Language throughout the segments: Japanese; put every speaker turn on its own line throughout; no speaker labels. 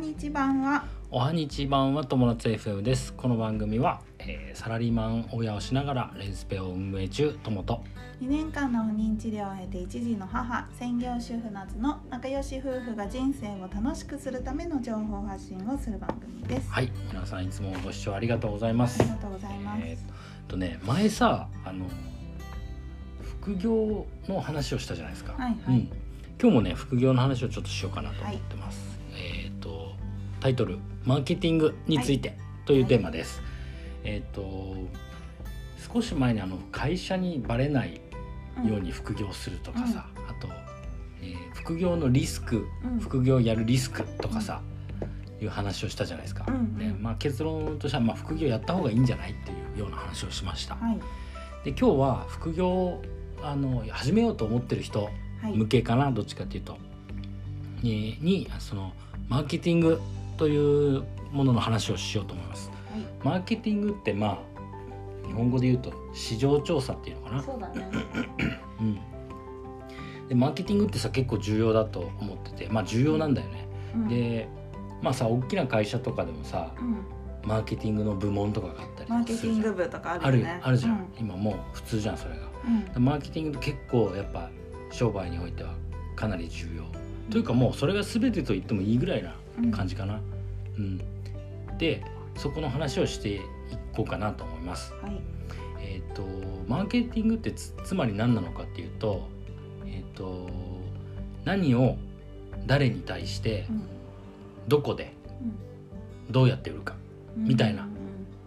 日版は
おはにち版は友達 FM ですこの番組は、えーサラリーマン親をしながらレンスペを運営中友と
2年間の不妊治療を経て一児の母専業主婦夏の仲良し夫婦が人生を楽しくするための情報発信をする番組です、
はい皆さんいつもご視聴ありがとうございます
ありがとうございます、
えーっとね前さあの副業の話をしたじゃないですか、
はいは
う
い、
ん、今日もね副業の話をちょっとしようかなと思ってます、えっ、とタイトル「マーケティングについて」というテーマです、えっ、と少し前にあの会社にバレないように副業するとかさ、あと、えー副業のリスク
うん、
副業やるリスクとかさ、いう話をしたじゃないですか、
うんうん
でまあ、結論としては、まあ、副業やった方がいいんじゃないっていうような話をしました、
はい
で今日は副業あの始めようと思ってる人
はい
向けかなどっちかっていうとににそのマーケティングというものの話をしようと思います
は
マーケティングってまあ日本語で言うと市場調査っていうのか
い
な
そうだね
うんでマーケティングってさ結構重要だと思っててまあ重要なんだよね、
うん
でまあさ大きな会社とかでもさ
うん
マーケティングの部門とかがあったりと
マー
か
ケ
す
テ
る
ィン
じゃ
グ
ん
部とか
あ
ある
る
よ
よ
ね
あるじゃん、今もう普通じゃんそれが
うんうん
マーケティングって結構やっぱ商売においてはかなり重要というかもうそれが全てと言ってもいいぐらいな感じかな。うんでそこの話をしていこうかなと思います。
はい
えっ、とマーケティングってつつまり何なのかっていうと,、えっと何を誰に対して
うん
どこで
う
どうやって売るか
ん
みたいな
うんうん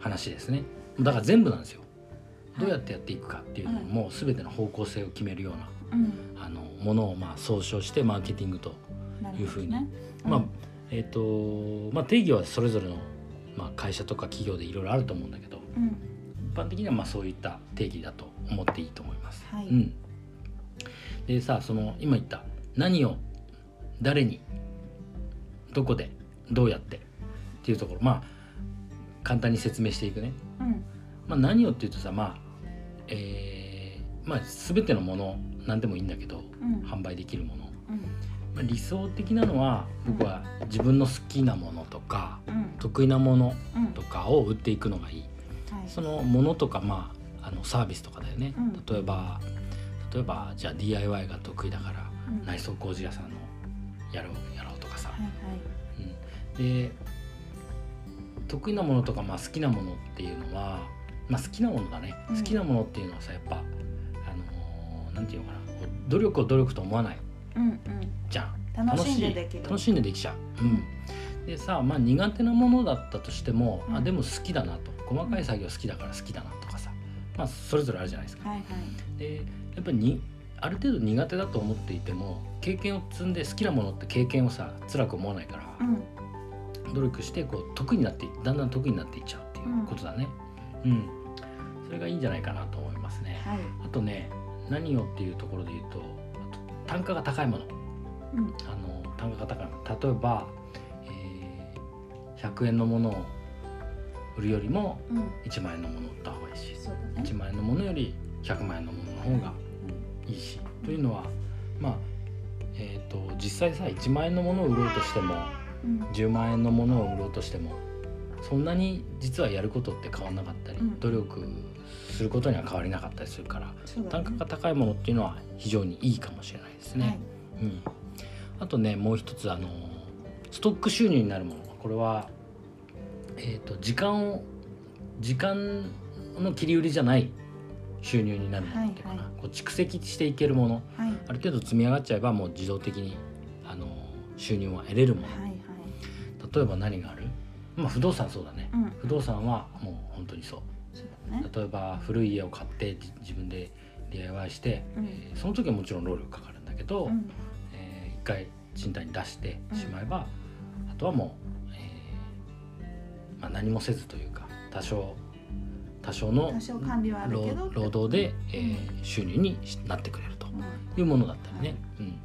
話ですね。だから全部なんですよ。
い
どうやってやっていくかっていうのも全ての方向性を決めるような
うん
あのものをまあ総称してマーケティングと、
なるほどね
いうふうに
うん
まあえっとまあ、定義はそれぞれの、まあ、会社とか企業でいろいろあると思うんだけど
うん
一般的にはまあそういった定義だと思っていいと思います。
はい
うん、でさその今言った何を誰にどこでどうやってっていうところまあ簡単に説明していくね。
うん
まあ、何をっていうとさまあえーまあ、全てのもの何でもいいんだけど
うん
販売できるもの
うん
まあ理想的なのは僕は自分の好きなものとか
うん
得意なもの
うん
とかを売っていくのがいい
はい
そのものとかまああのサービスとかだよね、
うん
例えば例えばじゃあ DIY が得意だから
うん
内装工事屋さんのやろうやろうとかさ
は、いはい
うんで得意なものとか、まあ、好きなものっていうのは、まあ、好きなものだね、
うん
好きなものっていうのはさやっぱあのーなんていうのかなこう努力を努力と思わない
うん
じゃん
うん楽しんでできる
楽しんでできちゃう、うん、でさまあ苦手なものだったとしても、
うん
あでも好きだなと細かい作業好きだから好きだなとかさまあそれぞれあるじゃないですか
はいはい
でやっぱりにある程度苦手だと思っていても経験を積んで好きなものって経験をさ辛く思わないから、
うん
努力してこう得意になっていだんだん得意になっていっちゃうっていうことだねうん、それがいいんじゃないかなと思いますね
はい
あとね何をっていうところで言うとあと単価が高いもの
うん
あの単価が高いもの例えば、えー100円のものを売るよりも
うん
1万円のものを売った方がいいし
そうだね
1万円のものより100万円のものの方がいいしというのはまあえー、と実際さ1万円のものを売ろうとしても
うんうん
10万円のものを売ろうとしてもそんなに実はやることって変わんなかったり、
うん
努力することには変わりなかったりするから
そうだ
単
ね
価が高いものっていうのは非常にいいかもしれないですね。
はい
うん、あとねもう一つあのストック収入になるものこれは、えー、と時間を時間の切り売りじゃない収入になるものっていうかな、
は
こう蓄積していけるもの
はい
ある程度積み上がっちゃえばもう自動的にあの収入は得れるもの
はいはい
例えば何がある、まあ、不動産そうだね、
うん
不動産はもう本当にそう
そうだね
例えば古い家を買ってじ自分で DIY して、
うん
えーその時はもちろん労力かかるんだけど、
うん
えー一回賃貸に出してしまえば、あとはもう、えーまあ、何もせずというか多少多少の
多少管理はあるけど
労労働で、えー収入にしなってくれると
うん
いうものだったりね、うん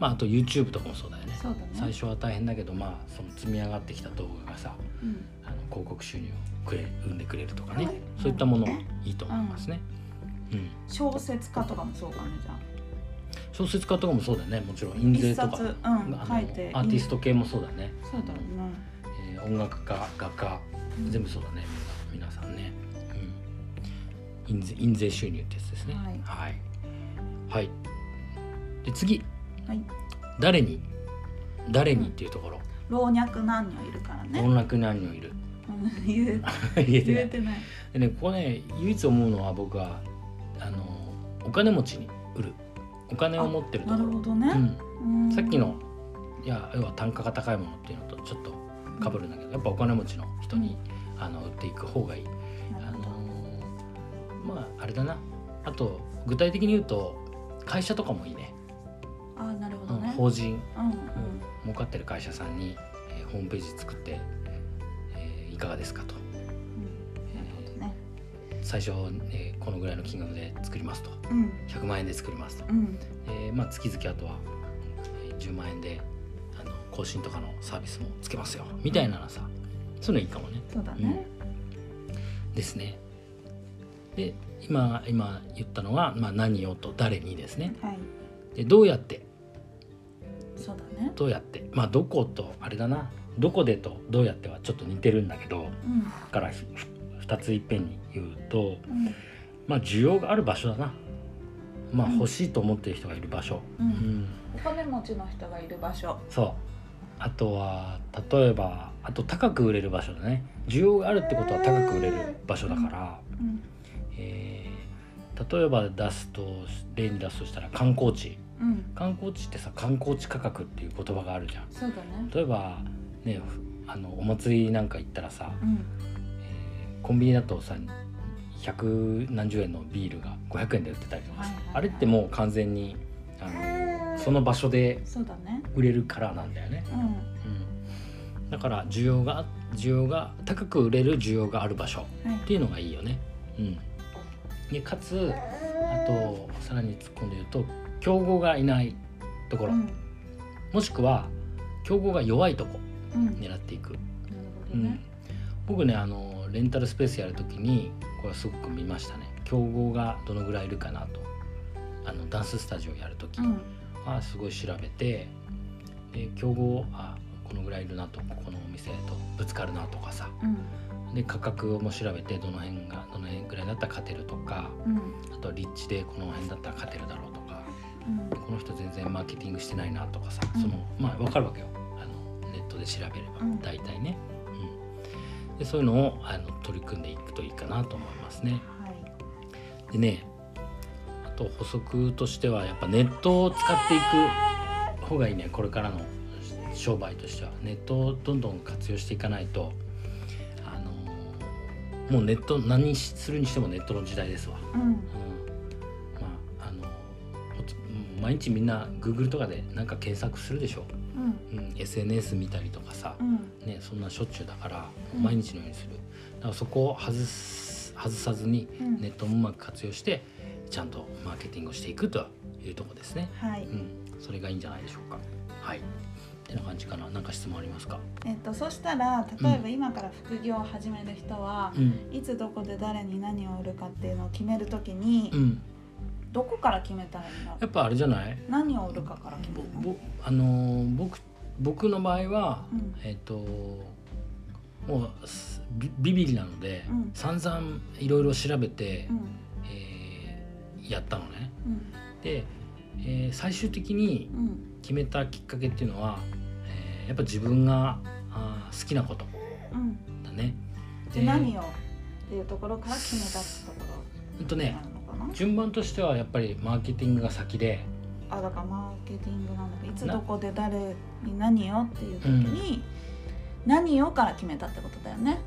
まあ、あと YouTube とかもそうだよね
そうだね
最初は大変だけど、まあ、その積み上がってきた動画がさ
うん
あの広告収入をくれ生んでくれるとかね、
はい
そういったものいいと思いますね。うん
小説家とかもそうかねじゃあ
小説家とかもそうだよねもちろん印税
一
と
冊
か、
うん
あの
書いて
アーティスト系もそうだね、
そうだろうな
えー音楽家画家
うん
全部そうだねみんな皆さんね、うん、印税印税収入ってやつですね
はい
はい、はいで次
はい
誰に誰に
うん
っていうところ
老若男女いるからね
音楽何人いる
うん言う
言
言
えてな
え
い
てない
でねここね唯一思うのは僕はあのお金持ちに売るお金を持ってると
な
こ
る
ろ
ほどね、
うん、さっきのいや要は単価が高いものっていうのとちょっとかぶるんだけどやっぱお金持ちの人に、あの売っていく方がいい。あのまああれだなあと具体的に言うと会社とかもいいね、
ああなるほ
う
ど
ん
ね
法人
うん
儲かってる会社さんに、えーホームページ作って、えーいかがですかと
うんうんなるほどね
最初、えーこのぐらいの金額で作りますと
うん
100万円で作りますと、
うん
えーまあ、月々あとは、えー10万円であの更新とかのサービスもつけますよみたいなのさそういうのいいかもね
そうだね
ですねで今今言ったのは、まあ、何をと誰にですね
はい
でどうやって
そうだね
どうやってまあどことあれだなどこでとどうやってはちょっと似てるんだけど
うん
だからふふ2ついっぺんに言うと
うん
まあ需要がある場所だなまあ
うん
欲しいと思ってる人がいる場所、
う
うんん、
お金持ちの人がいる場所
そうあとは例えばあと高く売れる場所だね需要があるってことは高く売れる場所だから、
うん
えー例えば出すと例に出すとしたら観光地
うん
観光地ってさ観光地価格っていう言葉があるじゃん
そうだね
例えばねあのお祭りなんか行ったらさ、
うん
えーコンビニだとさ百何十円のビールが500円で売ってたりとかさ、
はいはいはい
あれってもう完全にあのその場所で
そうだね
売れるからなんだよね、
うん
うん、だから需要が需要が高く売れる需要がある場所
はい
っていうのがいいよね、うん、でかつあとさらに突っ込んで言うと競合がいないところ、
うん
もしくは競合が弱いとこ
うんなる
狙っていく
ほ
う
ど
ん
ね、
僕ねあのレンタルスペースやるときにこれすごく見ましたね競合がどのぐらいいるかなとあのダンススタジオやるとき
うん
はすごい調べてで競合あこのぐらいいるなとここのお店とぶつかるなとかさ
うん
で価格も調べてどの辺がどの辺ぐらいだったら勝てるとか
うん
あと立地でこの辺だったら勝てるだろうとか
うん
この人全然マーケティングしてないなとかさ、
うん
そのまあ分かるわけよあのネットで調べれば
うん
大体ね、うんでそういうのをあの取り組んでいくといいかなと思いますね
はい
でねあと補足としてはやっぱネットを使っていく方がいいねこれからの商売としてはネットをどんどん活用していかないとあのもうネット何するにしてもネットの時代ですわ
うん
うんまああのほつ毎日みんな Google とかでなんか検索するでしょ、
うん
うん、SNS 見たりとかさ
う、ん
ね、そんなしょっちゅうだから
うん
毎日のようにするだからそこを外す外さずに
うん
ネットもうまく活用してちゃんとマーケティングをしていくというとこですね、
はい
うん、それがいいんじゃないでしょうかはいってな感じかな何か質問ありますか、
えっとそしたら例えば今から副業を始める人は
うん
いつどこで誰に何を売るかっていうのを決めるときに
うん、
どこから決めたらいいの
やっぱあれじゃない
何を売るかから決めるの
ぼあのー僕僕の場合は、
うん
えっ、ともうすビビビリなので、
うん
散々いろいろ調べて、
うん
えーやったのね。
うん
で、えー最終的に
うん
決めたきっかけっていうのは、えーやっぱ自分があー好きなこと
うん
だね。
で何をっていうところから決めたってとこ
ほんと
ろに
ね
なるのかな
順番としてはやっぱりマーケティングが先で、
あだからマーケティングなんだけどいつどこで誰に何をっていう時に、何をから決めたってことだよね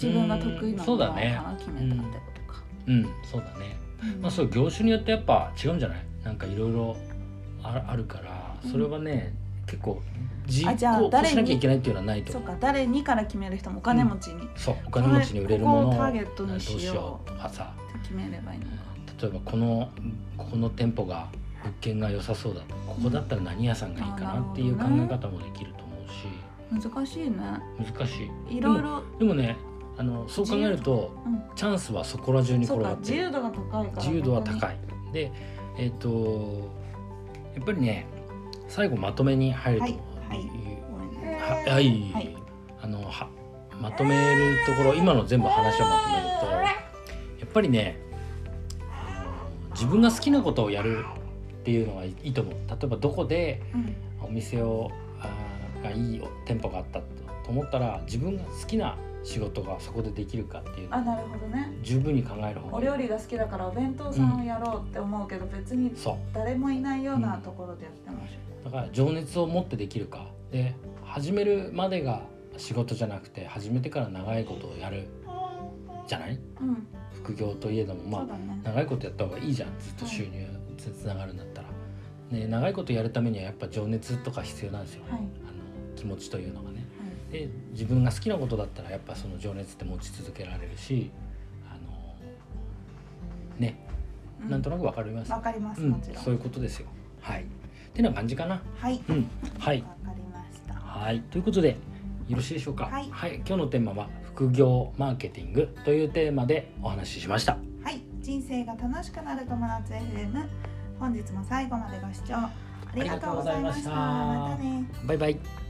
自分が得意なものから決めたってことか、
うん、そうだね。
うん
まあ、そう業種によってやっぱ違うんじゃないなんかいろいろああるからそれはね、結構実
あじゃあ
行
誰に
しなきゃいけないっていうのはないと
そう
思う
か誰にから決める人もお金持ちにって
そうお金持ちに売れるもの
これこ
を
こをターゲット
どう
にしよう
しようとかさ
決めればいいのか、
例えばこのここの店舗が物件が良さそうだとここだったら何屋さんがいいかなっていう考
あ
え
ー
方もできると思うし
難しいね
難しい
いろい
でも
ろ、
でもねあのそう考えると
うん、
チャンスはそこら中に
そう
転が
か
って
自
る
由度が高いから
自由度は
本当に
高いでえっ、とやっぱりね最後まとめに入ると、
はいはいごめんね
ははい、
はい
あのはまとめるところ今の全部話をまとめるとやっぱりねあの自分が好きなことをやるっていうのがいいと思う例えばどこで
うん
お店をあーがいい店舗があったと思ったら自分が好きな仕事がそこでできるかっていうの
あ
を
なるほどね
十分に考える方
お
がいい
料理が好きだからお弁当さんをやろうって思うけど、別に
そう
誰もいないようなところでやってまし
だから情熱を持ってできるかで始めるまでが仕事じゃなくて始めてから長いことをやるじゃない
たうん、
副業といえどもま
そう
あ
だね
長いことやった方がいいじゃんずっと収入つつながるんだったら、ね、長いことやるためにはやっぱ情熱とか必要なんですよ、
はい、はい
あの気持ちというのがねで自分が好きなことだったらやっぱその情熱って持ち続けられるしあのね
う
なんとなくわかります、
わかります、
うん
もちろん
そういうことですよはいってな感じかな
はい
うんはい
わかりました
はいということでよろしいでしょうか
はい
今日のテーマは副業マーケティングというテーマでお話ししました
はい、人生が楽しくなる友達 FM 本日も最後までご視聴ありがとうございました
ありがとう
また
ございました
ね
バイバイ